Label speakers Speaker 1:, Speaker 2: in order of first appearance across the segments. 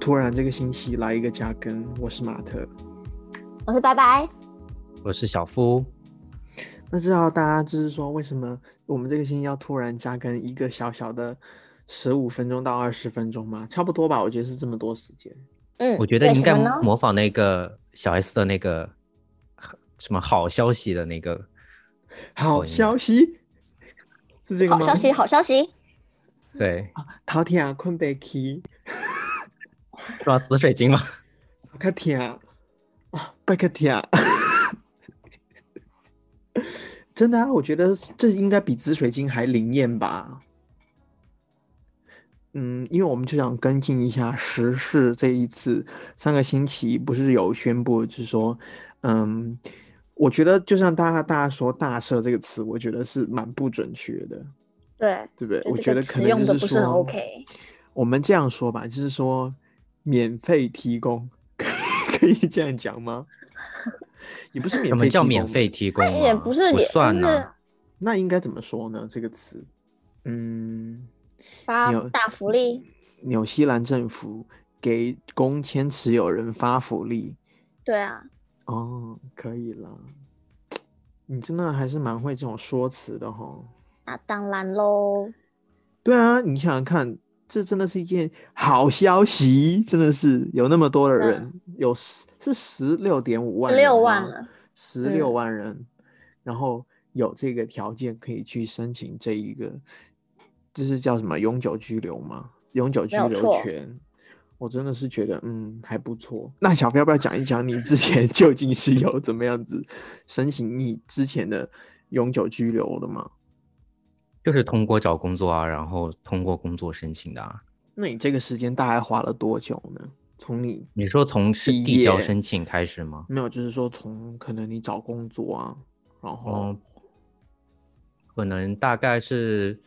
Speaker 1: 突然这个星期来一个加更，我是马特。
Speaker 2: 我是拜拜。
Speaker 3: 我是小夫。
Speaker 1: 那知道大家就是说，为什么我们这个星期要突然加更一个小小的十五分钟到二十分钟吗？差不多吧，我觉得是这么多时间。
Speaker 2: 嗯，
Speaker 3: 我觉得你应该
Speaker 2: 为什么呢
Speaker 3: 模仿那个小 S 的那个什么好消息的那个，
Speaker 1: 好消息是这个
Speaker 2: 好
Speaker 1: 吗？
Speaker 2: 消息，好消息，
Speaker 3: 对，
Speaker 1: 陶铁啊，困北基，
Speaker 2: 嗯
Speaker 3: 是吧？紫水晶嘛，
Speaker 1: 克铁啊，啊，贝克铁啊。 真的啊，我觉得这应该比紫水晶还灵验吧。嗯，因为我们就想跟进一下时事。这一次上个星期不是有宣布，就是说，嗯，我觉得就像大家大家说“大赦”这个词，我觉得是蛮不准确的，
Speaker 2: 对，
Speaker 1: 对不对？
Speaker 2: 就
Speaker 1: 我
Speaker 2: 这
Speaker 1: 觉
Speaker 2: 个
Speaker 1: 得
Speaker 2: 词
Speaker 1: 可
Speaker 2: 用
Speaker 1: 能
Speaker 2: 得
Speaker 1: 就是
Speaker 2: 不
Speaker 1: 说
Speaker 2: 是很 OK
Speaker 1: 我们这样说吧，就是说免费提供， 可以可以这样讲 吗？也不是免
Speaker 3: 什
Speaker 1: 费，
Speaker 3: 么叫免？费提供啊？
Speaker 2: 那哎也不是也
Speaker 3: 算啊
Speaker 2: 不
Speaker 3: 呐、
Speaker 2: 是
Speaker 1: 那应该怎么说呢？这个词，嗯，
Speaker 2: 发
Speaker 1: 有
Speaker 2: 大福利，
Speaker 1: 纽西兰政府给公签持有人发福利，
Speaker 2: 对啊，
Speaker 1: 哦，可以啦。你真的还是蛮会这种说辞的哈。
Speaker 2: 那啊当然喽，
Speaker 1: 对啊，你想想看，这真的是一件好消息，真的是有那么多的
Speaker 2: 对啊
Speaker 1: 人，有十是十六点五万啊
Speaker 2: 十
Speaker 1: 人
Speaker 2: 六
Speaker 1: 吗
Speaker 2: 万啊了，
Speaker 1: 十六万人，然后有这个条件可以去申请这一个，就是叫什么永久居留吗？永久居
Speaker 2: 没有
Speaker 1: 留
Speaker 2: 错
Speaker 1: 权。我真的是觉得，嗯，还不错。那小飞要不要讲一讲你之前 究竟是有怎么样子申请你之前的永久居留的吗？
Speaker 3: 就是通过找工作啊，然后通过工作申请的啊。
Speaker 1: 那你这个时间大概花了多久呢？从你
Speaker 3: 你说从是
Speaker 1: 毕
Speaker 3: 递交
Speaker 1: 业
Speaker 3: 申请开始吗？
Speaker 1: 没有，就是说从可能你找工作啊，然后
Speaker 3: 嗯，可能大概是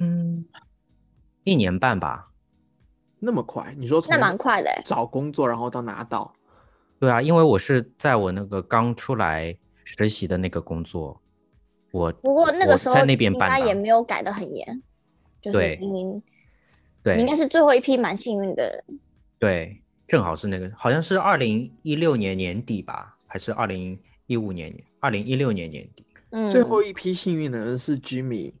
Speaker 3: 嗯一年半吧。
Speaker 1: 那么快，你说从
Speaker 2: 那蛮快的欸
Speaker 1: 找工作然后到拿到，
Speaker 3: 对啊，因为我是在我那个刚出来实习的那个工作，我
Speaker 2: 不过那
Speaker 3: 我
Speaker 2: 个时候
Speaker 3: 在那边
Speaker 2: 应
Speaker 3: 办
Speaker 2: 该
Speaker 3: 的啊
Speaker 2: 也没有改的很严，就是
Speaker 3: 对
Speaker 2: 您你应该
Speaker 3: 对
Speaker 2: 是最后一批蛮幸运的人，
Speaker 3: 对，正好是那个，好像是二零一六年年底吧，还是二零一五年年二零一六年年底？
Speaker 2: 嗯，
Speaker 1: 最后一批幸运的人是 Jimmy，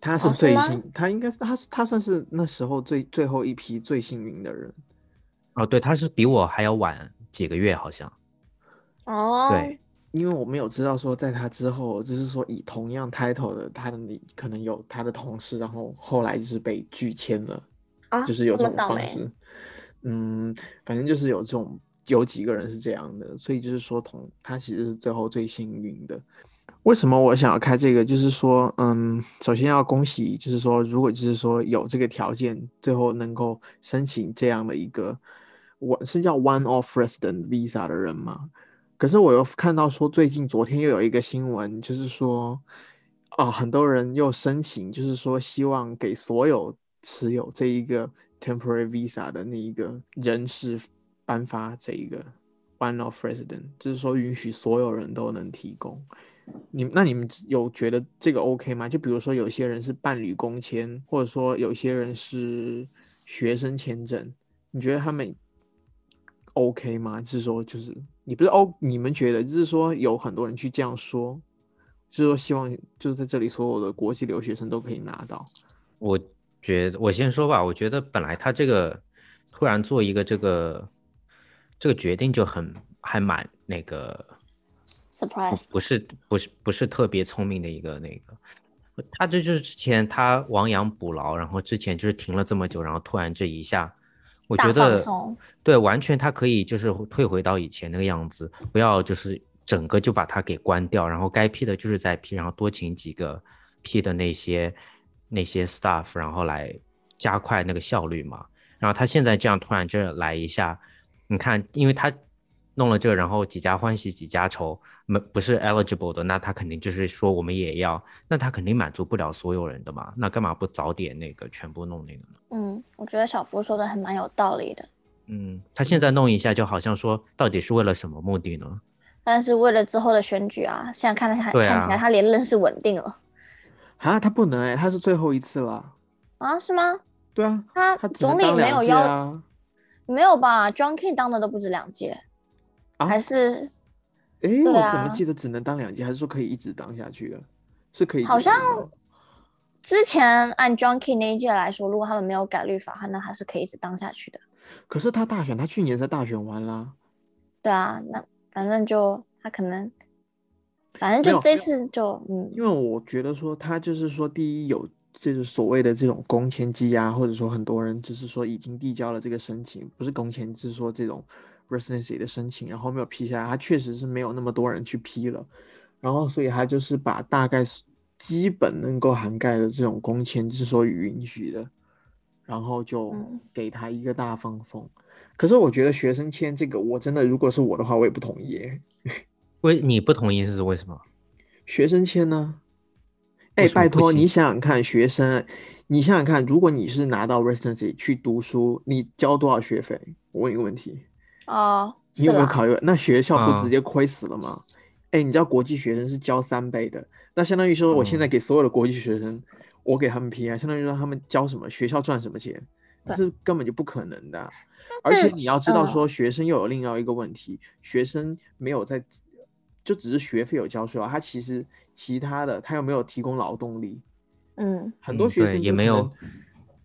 Speaker 1: 他是
Speaker 2: 哦是
Speaker 1: 最
Speaker 2: 吗
Speaker 1: 幸，他应该是他是他算是那时候最最后一批最幸运的人。
Speaker 3: 哦，对，他是比我还要晚几个月，好像
Speaker 2: 哦，
Speaker 3: 对，
Speaker 1: 因为我们有知道说，在他之后，就是说以同样 title 的他的你可能有他的同事，然后后来就是被拒签了，
Speaker 2: 啊，
Speaker 1: 就是有
Speaker 2: 这么
Speaker 1: 种
Speaker 2: 倒
Speaker 1: 方
Speaker 2: 霉，
Speaker 1: 式。嗯，反正就是有这种有几个人是这样的，所以就是说同他其实是最后最幸运的。为什么我想要开这个？就是说，嗯，首先要恭喜，就是说，如果就是说有这个条件，最后能够申请这样的一个，我是叫 one off resident visa 的人吗？可是我又看到说，最近昨天又有一个新闻，就是说，啊、很多人又申请，就是说希望给所有持有这一个 temporary visa 的那一个人士颁发这一个 one of resident，就是说允许所有人都能提供。你那你们有觉得这个 OK 吗？就比如说有些人是伴侣工签，或者说有些人是学生签证，你觉得他们 OK 吗？就是说，就是你不是 O，你们觉得就是说有很多人去这样说，就是说希望就是在这里所有的国际留学生都可以拿到。
Speaker 3: 我觉得我先说吧，我觉得本来他这个突然做一个这个这个决定就很还蛮那个不
Speaker 2: surprise，
Speaker 3: 不是不是不是特别聪明的一个那个，他这就是之前他亡羊补牢，然后之前就是停了这么久，然后突然这一下，我
Speaker 2: 大
Speaker 3: 觉
Speaker 2: 放
Speaker 3: 得
Speaker 2: 松
Speaker 3: 对，完全他可以就是退回到以前那个样子，不要就是整个就把它给关掉，然后该批的就是在批，然后多请几个批的那些那些 staff，然后来加快那个效率嘛。然后他现在这样突然这来一下，你看，因为他弄了这个，然后几家欢喜几家愁，没不是 eligible 的，那他肯定就是说我们也要，那他肯定满足不了所有人的嘛，那干嘛不早点那个全部弄那个呢？
Speaker 2: 嗯，我觉得小福说的还蛮有道理的，
Speaker 3: 嗯，他现在弄一下，就好像说到底是为了什么目的呢？
Speaker 2: 但是为了之后的选举啊，现在看他、
Speaker 3: 对啊
Speaker 2: 看起来他连任是稳定了
Speaker 1: 啊，他不能哎、他是最后一次了。
Speaker 2: 啊，是吗？
Speaker 1: 对啊，
Speaker 2: 他
Speaker 1: 他只能
Speaker 2: 总理
Speaker 1: 当
Speaker 2: 没
Speaker 1: 两
Speaker 2: 有
Speaker 1: 届
Speaker 2: 要，
Speaker 1: 啊。
Speaker 2: 没有吧？John King 当的都不止两届，
Speaker 1: 啊
Speaker 2: 还是
Speaker 1: 哎，
Speaker 2: 对
Speaker 1: 我怎么
Speaker 2: 啊
Speaker 1: 记得只能当两届，还是说可以一直当下去的？是可以一直
Speaker 2: 好
Speaker 1: 当的吗，
Speaker 2: 像之前按 John King 那一届来说，如果他们没有改律法，那他是可以一直当下去的。
Speaker 1: 可是他大选，他去年才大选完啦。
Speaker 2: 对啊，那反正就他可能，反正
Speaker 1: 没
Speaker 2: 就
Speaker 1: 有
Speaker 2: 这次就嗯，
Speaker 1: 因为我觉得说他就是说，第一有就是所谓的这种工签积压，或者说很多人就是说已经递交了这个申请，不是工签，就是说这种 residency 的申请，然后没有批下来，他确实是没有那么多人去批了，然后所以他就是把大概是基本能够涵盖的这种工签，就是说允许的，然后就
Speaker 2: 嗯
Speaker 1: 给他一个大放松。可是我觉得学生签这个，我真的如果是我的话，我也不同意耶。
Speaker 3: 为你不同意是为什么？
Speaker 1: 学生签呢？哎，
Speaker 3: 为什么
Speaker 1: 拜
Speaker 3: 不
Speaker 1: 托，你
Speaker 3: 行
Speaker 1: 想想看，学生，你想想看，如果你是拿到 residency 去读书，你交多少学费？我问一个问题，
Speaker 2: 哦，
Speaker 1: 你
Speaker 2: 是
Speaker 1: 有没有
Speaker 2: 啦，
Speaker 1: 考虑过？那学校不直
Speaker 3: 嗯
Speaker 1: 接亏死了吗？哎，你知道国际学生是交三倍的，那相当于说，我现在给所有的国际学生，我给他们批啊，相当于说他们交什么，学校赚什么钱，这
Speaker 2: 对
Speaker 1: 是根本就不可能的啊。而且
Speaker 2: 是
Speaker 1: 你要知道，
Speaker 2: 嗯
Speaker 1: 说学生又有另外一个问题，学生没有在，就只是学费有交税啊，他其实其他的他又没有提供劳动力，
Speaker 2: 嗯，
Speaker 1: 很多
Speaker 3: 嗯
Speaker 1: 学
Speaker 3: 对
Speaker 1: 生
Speaker 3: 也
Speaker 1: 就
Speaker 3: 没
Speaker 1: 可
Speaker 3: 有
Speaker 1: 能，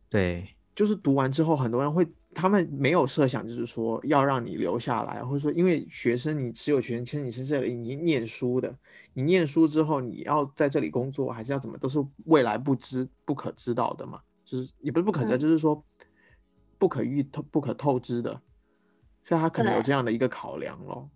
Speaker 3: 对，
Speaker 1: 就是读完之后，很多人会他们没有设想，就是说要让你留下来，或者说因为学生你持有学生签，你是这里你念书的，你念书之后你要在这里工作还是要怎么，都是未来不知不可知道的嘛，就是也不是不可知道，
Speaker 2: 嗯
Speaker 1: 就是说不可预透、不可透支的，所以他可能有
Speaker 2: 对
Speaker 1: 这样的一个考量咯。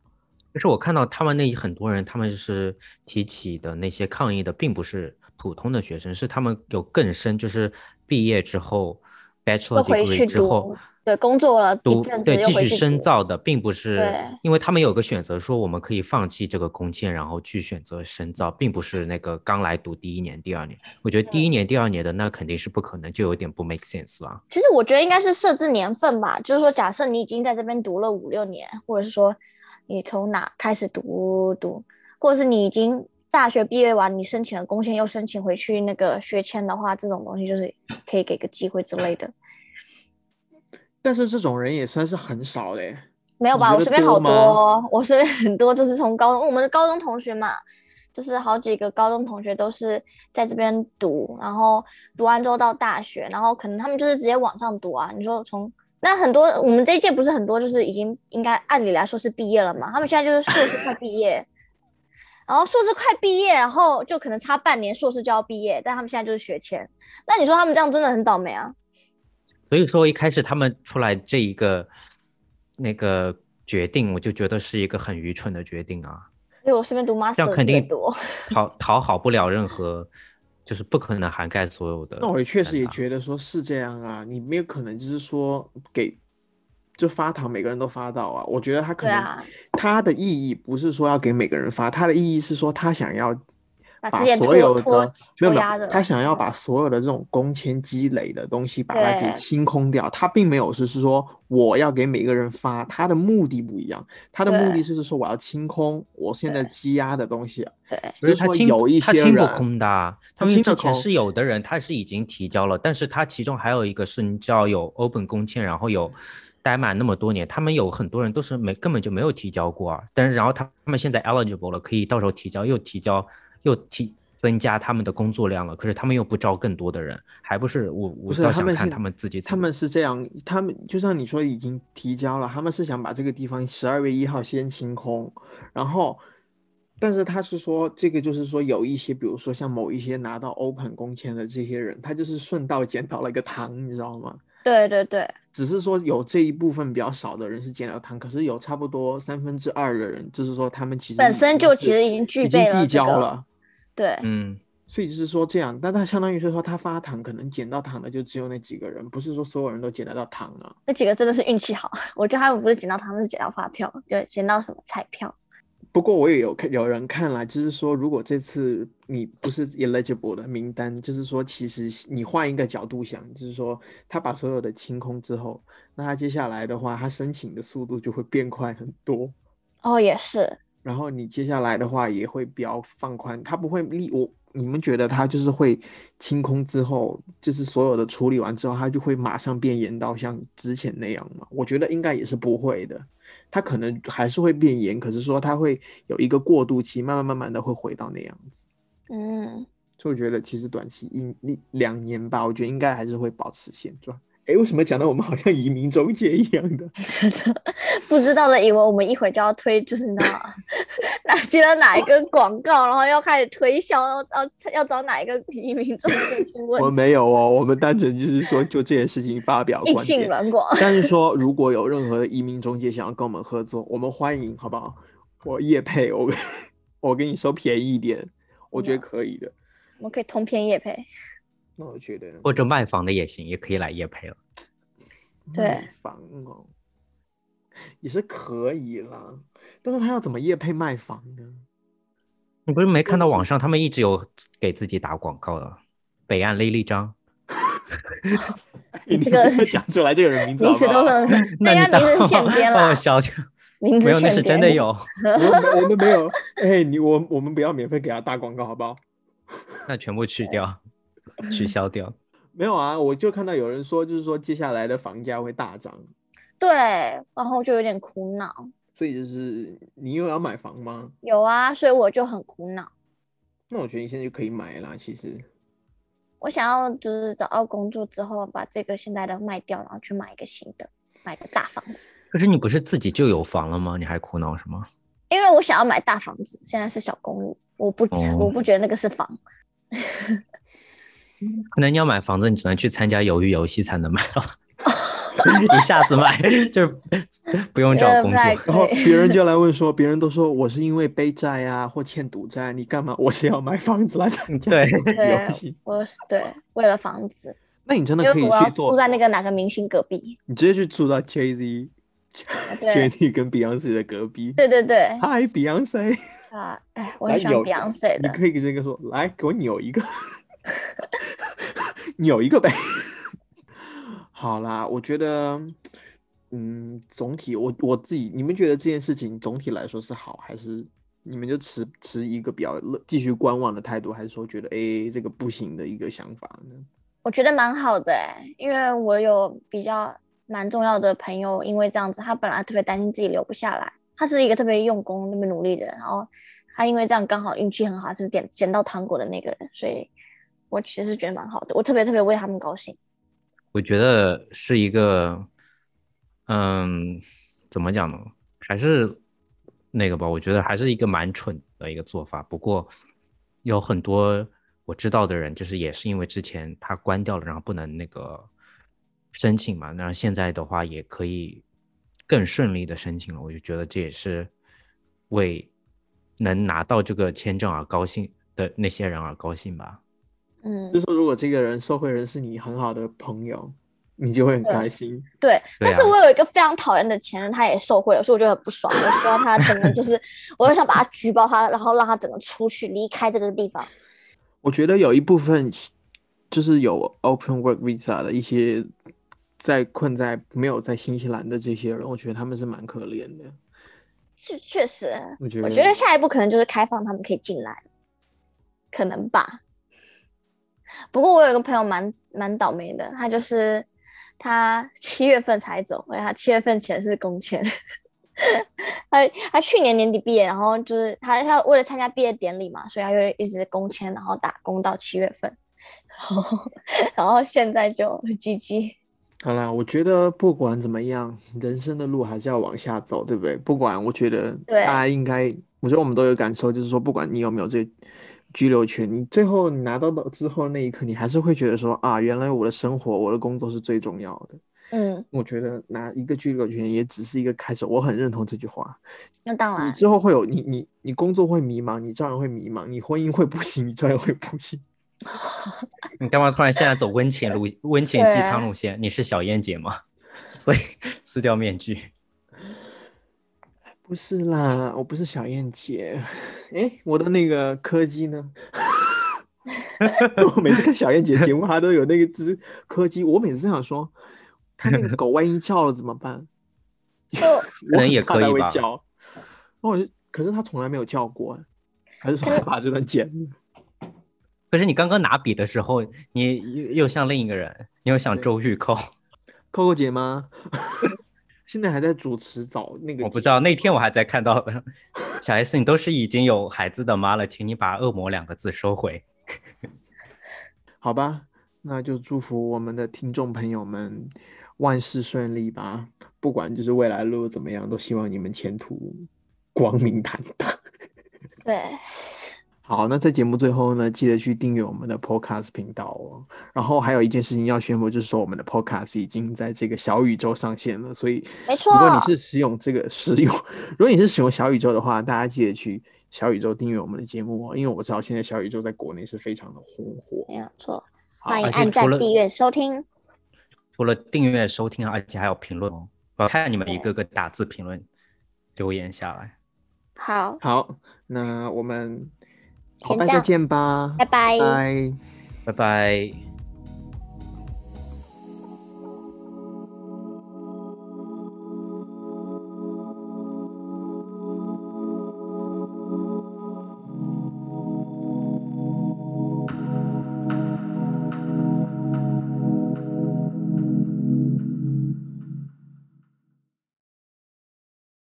Speaker 3: 就是我看到他们那很多人，他们就是提起的那些抗议的，并不是普通的学生，是他们有更深，就是毕业之后
Speaker 2: 又
Speaker 3: bachelor
Speaker 2: 回去
Speaker 3: degree 之后
Speaker 2: 读，对，工作了一
Speaker 3: 读
Speaker 2: 阵子
Speaker 3: 对
Speaker 2: 又
Speaker 3: 继
Speaker 2: 回
Speaker 3: 续
Speaker 2: 去
Speaker 3: 深
Speaker 2: 读
Speaker 3: 造的，并不是
Speaker 2: 对
Speaker 3: 因为他们有个选择，说我们可以放弃这个工签，然后去选择深造，并不是那个刚来读第一年、第二年。我觉得第一年、第二年的那肯定是不可能，就有点不 make sense 了。
Speaker 2: 其实我觉得应该是设置年份吧，就是说，假设你已经在这边读了五六年，或者是说你从哪开始读读，或者是你已经大学毕业完，你申请了工签又申请回去那个学签的话，这种东西就是可以给个机会之类的。
Speaker 1: 但是这种人也算是很少嘞。
Speaker 2: 没有
Speaker 1: 你
Speaker 2: 吧？
Speaker 1: 觉
Speaker 2: 我
Speaker 1: 得
Speaker 2: 身边
Speaker 1: 多
Speaker 2: 好
Speaker 1: 吗
Speaker 2: 多哦，我身边很多就是从高中，我们的高中同学嘛，就是好几个高中同学都是在这边读，然后读完之后到大学，然后可能他们就是直接往上读啊。你说从那很多，我们这一届不是很多，就是已经应该按理来说是毕业了嘛，他们现在就是硕士快毕业，然后硕士快毕业，然后就可能差半年硕士就要毕业，但他们现在就是学签。那你说他们这样真的很倒霉啊？
Speaker 3: 所以说一开始他们出来这一个那个决定，我就觉得是一个很愚蠢的决定啊。
Speaker 2: 因为我身边读 master
Speaker 3: 这样
Speaker 2: 的
Speaker 3: 肯定
Speaker 2: 最 多，
Speaker 3: 讨讨好不了任何，就是不可能涵盖所有的人吧。啊
Speaker 1: 那我也确实也觉得说是这样啊，你没有可能就是说给就发糖，每个人都发到啊。我觉得他可
Speaker 2: 对
Speaker 1: 能、
Speaker 2: 啊，
Speaker 1: 他的意义不是说要给每个人发，他的意义是说他想要
Speaker 2: 把
Speaker 1: 把
Speaker 2: 之前
Speaker 1: 所
Speaker 2: 拖
Speaker 1: 有
Speaker 2: 拖
Speaker 1: 的没有
Speaker 2: 拖
Speaker 1: 没
Speaker 2: 压
Speaker 1: 有，
Speaker 2: 的
Speaker 1: 他想要把所有的这种工钱积累的东西把它给
Speaker 2: 对
Speaker 1: 清空掉。他并没有是是说我要给每个人发，他的目的不一样，他的目的
Speaker 2: 对
Speaker 1: 是说我要清空我现在
Speaker 2: 对
Speaker 1: 积压的东西，
Speaker 2: 对。
Speaker 3: 不是
Speaker 1: 只是
Speaker 3: 他
Speaker 1: 说
Speaker 3: 清
Speaker 1: 有一
Speaker 3: 他
Speaker 1: 些
Speaker 3: 清不
Speaker 1: 人
Speaker 3: 空的啊，
Speaker 1: 他
Speaker 3: 他们
Speaker 1: 清
Speaker 3: 之
Speaker 1: 得
Speaker 3: 前
Speaker 1: 空
Speaker 3: 是有的人他是已经提交了，但是他其中还有一个是你知道有 open 工签，然后有待满那么多年，他们有很多人都是没根本就没有提交过啊，但是然后他们现在 eligible 了，可以到时候提交又提交又提。增加他们的工作量了，可是他们又不招更多的人，还不是我
Speaker 1: 不
Speaker 3: 我
Speaker 1: 是
Speaker 3: 倒
Speaker 1: 他
Speaker 3: 想
Speaker 1: 们
Speaker 3: 看
Speaker 1: 现
Speaker 3: 他们自己怎
Speaker 1: 他
Speaker 3: 么
Speaker 1: 们是这样，他们就像你说已经提交了，他们是想把这个地方十二月一号先清空，然后，但是他是说这个就是说有一些，比如说像某一些拿到 open 工签的这些人，他就是顺道捡到了一个糖，你知道吗？
Speaker 2: 对对对，
Speaker 1: 只是说有这一部分比较少的人是捡到糖，可是有差不多三分之二的人，就是说他们其实
Speaker 2: 本
Speaker 1: 已
Speaker 2: 身
Speaker 1: 经呃
Speaker 2: 就是其实已经具
Speaker 1: 已经
Speaker 2: 备了
Speaker 1: 递
Speaker 2: 这
Speaker 1: 交
Speaker 2: 个
Speaker 1: 了。
Speaker 2: 对，
Speaker 3: 嗯
Speaker 1: 所以就是说这样，但他相当于是说他发糖，可能捡到糖的就只有那几个人，不是说所有人都捡得到糖啊。
Speaker 2: 那几个真的是运气好。我觉得他们不是捡到糖，是捡到发票，对，捡到什么彩票。
Speaker 1: 不过我也有看有人看了，就是说如果这次你不是 eligible 的名单，就是说其实你换一个角度想，就是说他把所有的清空之后，那他接下来的话，他申请的速度就会变快很多。
Speaker 2: 哦，也是，
Speaker 1: 然后你接下来的话也会比较放宽，它不会立我。你们觉得它就是会清空之后，就是所有的处理完之后，它就会马上变严到像之前那样吗？我觉得应该也是不会的，它可能还是会变严，可是说它会有一个过渡期，慢慢慢慢的会回到那样子。
Speaker 2: 嗯，
Speaker 1: 所以我觉得其实短期一一两年吧，我觉得应该还是会保持现状。哎，为什么讲到我们好像移民中介一样的？
Speaker 2: 不知道的以为我们一会就要推，就是你知道吗 哪接到哪一个广告，然后要开始推销，要要要找哪一个移民中介去问
Speaker 1: 我没有哦，我们单纯就是说就这件事情发表
Speaker 2: 异
Speaker 1: 观
Speaker 2: 性
Speaker 1: 点。
Speaker 2: 软广。
Speaker 1: 但是说如果有任何移民中介想要跟我们合作，我们欢迎，好不好？我业配，我我跟你说便宜一点，我觉得可以的。
Speaker 2: 我们可以通篇夜配，
Speaker 1: 那我觉得
Speaker 3: 或者卖房的也行，也可以来夜配了。
Speaker 2: 对
Speaker 1: 卖房哦，也是可以啦。但是他要怎么业配卖房呢？
Speaker 3: 你不是没看到网上他们一直有给自己打广告的？北岸雷利张，
Speaker 1: 你
Speaker 2: 这个
Speaker 1: 不要讲出来这个人名字好
Speaker 2: 名字
Speaker 1: 不
Speaker 2: 都
Speaker 1: 好？
Speaker 2: 能，
Speaker 3: 那
Speaker 2: 那家
Speaker 3: 你
Speaker 2: 名字是现编
Speaker 3: 帮
Speaker 2: 啦
Speaker 3: 我，消掉，
Speaker 2: 名字
Speaker 3: 没有，那
Speaker 2: 现
Speaker 3: 是真
Speaker 2: 编
Speaker 3: 的。有。
Speaker 1: 我们我们没有， 哎，你我我们不要免费给他打广告，好不好？
Speaker 3: 那全部去掉，取消掉。
Speaker 1: 没有啊，我就看到有人说，就是说接下来的房价会大涨，
Speaker 2: 对，然后就有点苦恼。
Speaker 1: 所以就是你又要买房吗？
Speaker 2: 有啊，所以我就很苦恼。
Speaker 1: 那我觉得你现在就可以买啦。其实
Speaker 2: 我想要就是找到工作之后，把这个现在的卖掉，然后去买一个新的，买个大房子。
Speaker 3: 可是你不是自己就有房了吗？你还苦恼什么？
Speaker 2: 因为我想要买大房子，现在是小公寓，我不、
Speaker 3: 哦
Speaker 2: 我不觉得那个是房。
Speaker 3: 可能你要买房子，你只能去参加鱿鱼游戏才能买 到， 一下子买 就是不用找
Speaker 2: 呃
Speaker 3: 工
Speaker 2: 不太
Speaker 3: 作。
Speaker 1: 然后
Speaker 2: 对
Speaker 1: 别 人就来问说，别人都说我是因为背债啊或欠赌债，你干嘛？我是要买房子来参加
Speaker 3: 对
Speaker 1: 这个
Speaker 2: 嗯对
Speaker 1: 游戏。
Speaker 2: 我是对为了房子，
Speaker 1: 那你真的
Speaker 2: 因
Speaker 1: 可以
Speaker 2: 为我要
Speaker 1: 去做
Speaker 2: 住，在那个哪个明星隔壁。
Speaker 1: 你直接去住到 Jay Z、
Speaker 2: 啊对
Speaker 1: Jay Z 跟 Beyonce 的隔壁。
Speaker 2: 对对对
Speaker 1: 嗨，Beyonce，
Speaker 2: 啊，哎，我
Speaker 1: 来
Speaker 2: 很喜欢
Speaker 1: 有
Speaker 2: Beyonce
Speaker 1: 你
Speaker 2: 的，
Speaker 1: 可以跟这个说，来给我扭一个， 扭一个呗。 好啦，我觉得，嗯，总体我我自己，你们觉得这件事情总体来说是好，还是你们就持持一个比较乐继续观望的态度，还是说觉得哎这个不行的一个想法呢？
Speaker 2: 我觉得蛮好的、欸，因为我有比较蛮重要的朋友，因为这样子，他本来特别担心自己留不下来，他是一个特别用功、特别努力的人，然后他因为这样刚好运气很好，是捡捡到糖果的那个人，所以我其实觉得蛮好的，我特别特别为他们高兴。
Speaker 3: 我觉得是一个，嗯，怎么讲呢？还是那个吧，我觉得还是一个蛮蠢的一个做法。不过有很多我知道的人，就是也是因为之前他关掉了，然后不能那个申请嘛，然后现在的话也可以更顺利的申请了。我就觉得这也是为能拿到这个签证而高兴的那些人而高兴吧。
Speaker 2: 嗯
Speaker 1: 就是，说，如果这个人受贿人是你很好的朋友，你就会很开心。
Speaker 2: 对。
Speaker 3: 对
Speaker 2: 但是
Speaker 3: 啊
Speaker 2: 我有一个非常讨厌的前任，他也受贿了，所以我就很不爽，我就希望他整个 就是，我就想把他举报他，然后让他整个出去离开这个地方。
Speaker 1: 我觉得有一部分是就是有 open work visa 的一些在困在没有在新西兰的这些人，我觉得他们是蛮可怜的。
Speaker 2: 是确实，
Speaker 1: 我觉得，
Speaker 2: 我觉
Speaker 3: 嗯
Speaker 2: 得下一步可能就是开放他们可以进来，可能吧。不过我有一个朋友蛮蛮倒霉的，他就是他七月份才走，而且他七月份前是工签。 他他去年年底毕业，然后就是他他为了参加毕业典礼嘛，所以他就一直工签，然后打工到七月份， 然后然后现在就 GG。
Speaker 1: 好啦，我觉得不管怎么样，人生的路还是要往下走，对不对？不管，我觉得
Speaker 2: 对
Speaker 1: 大家应该，我觉得我们都有感受，就是说，不管你有没有这个居留权，你最后你拿到的之后那一刻，你还是会觉得说啊，原来我的生活、我的工作是最重要的。
Speaker 2: 嗯，
Speaker 1: 我觉得拿一个居留权也只是一个开始，我很认同这句话。
Speaker 2: 那当
Speaker 1: 你
Speaker 2: 然，
Speaker 3: 嗯
Speaker 1: 之后会有你你你工作会迷茫，你照样会迷茫；你婚姻会不行，你照样会不行。
Speaker 3: 你干嘛突然现在走温情路温情鸡
Speaker 2: 对
Speaker 3: 汤路线？你是小燕姐吗？所以撕掉面具，
Speaker 1: 不是啦，我不是小燕姐。哎，我的那个柯基呢？ 我每次看小燕姐节目，她都有那个只柯基，我每次想说，她那个 狗万一叫了怎么办？
Speaker 2: 就
Speaker 1: 我
Speaker 3: 人
Speaker 1: 很
Speaker 3: 也
Speaker 1: 怕
Speaker 3: 可
Speaker 1: 它
Speaker 3: 以
Speaker 1: 会
Speaker 3: 吧
Speaker 1: 叫。然后我就可是他从来没有叫过，还是说他把这段剪了？
Speaker 3: 可是你刚刚拿笔的时候，你又又像另一个人，你又像周玉蔻。
Speaker 1: 扣扣姐吗？ 现在还在主持找那个，
Speaker 3: 我不知道，那天我还在看到 小 S，你都是已经有孩子的妈了，请你把“恶魔”两个字收回。
Speaker 1: 好吧，那就祝福我们的听众朋友们万事顺利吧。不管就是未来路怎么样，都希望你们前途光明坦荡。
Speaker 2: 对，
Speaker 1: 好，那在节目最后呢，记得去订阅我们的 Podcast 频道哦。然后还有一件事情要宣布，就是说我们的 Podcast 已经在这个小宇宙上线了。所以，
Speaker 2: 没错
Speaker 1: 如果你是使用这个 使用，如果你是使用小宇宙的话，大家记得去小宇宙订阅我们的节目哦。因为我知道现在小宇宙在国内是非常的红火。
Speaker 2: 没有错。
Speaker 1: 好
Speaker 2: 欢迎
Speaker 3: 而且
Speaker 2: 按
Speaker 3: 除
Speaker 2: 赞、
Speaker 3: 了
Speaker 2: 订阅、收听。
Speaker 3: 除了订阅、收听，而且还有评论哦，我要看你们一个个打字评论留言下来。
Speaker 2: 好，
Speaker 1: 好，那我们好
Speaker 2: 先
Speaker 1: 拜
Speaker 2: 这
Speaker 1: 再
Speaker 2: 样
Speaker 1: 见吧，
Speaker 2: 拜拜
Speaker 1: 拜。
Speaker 3: 拜拜。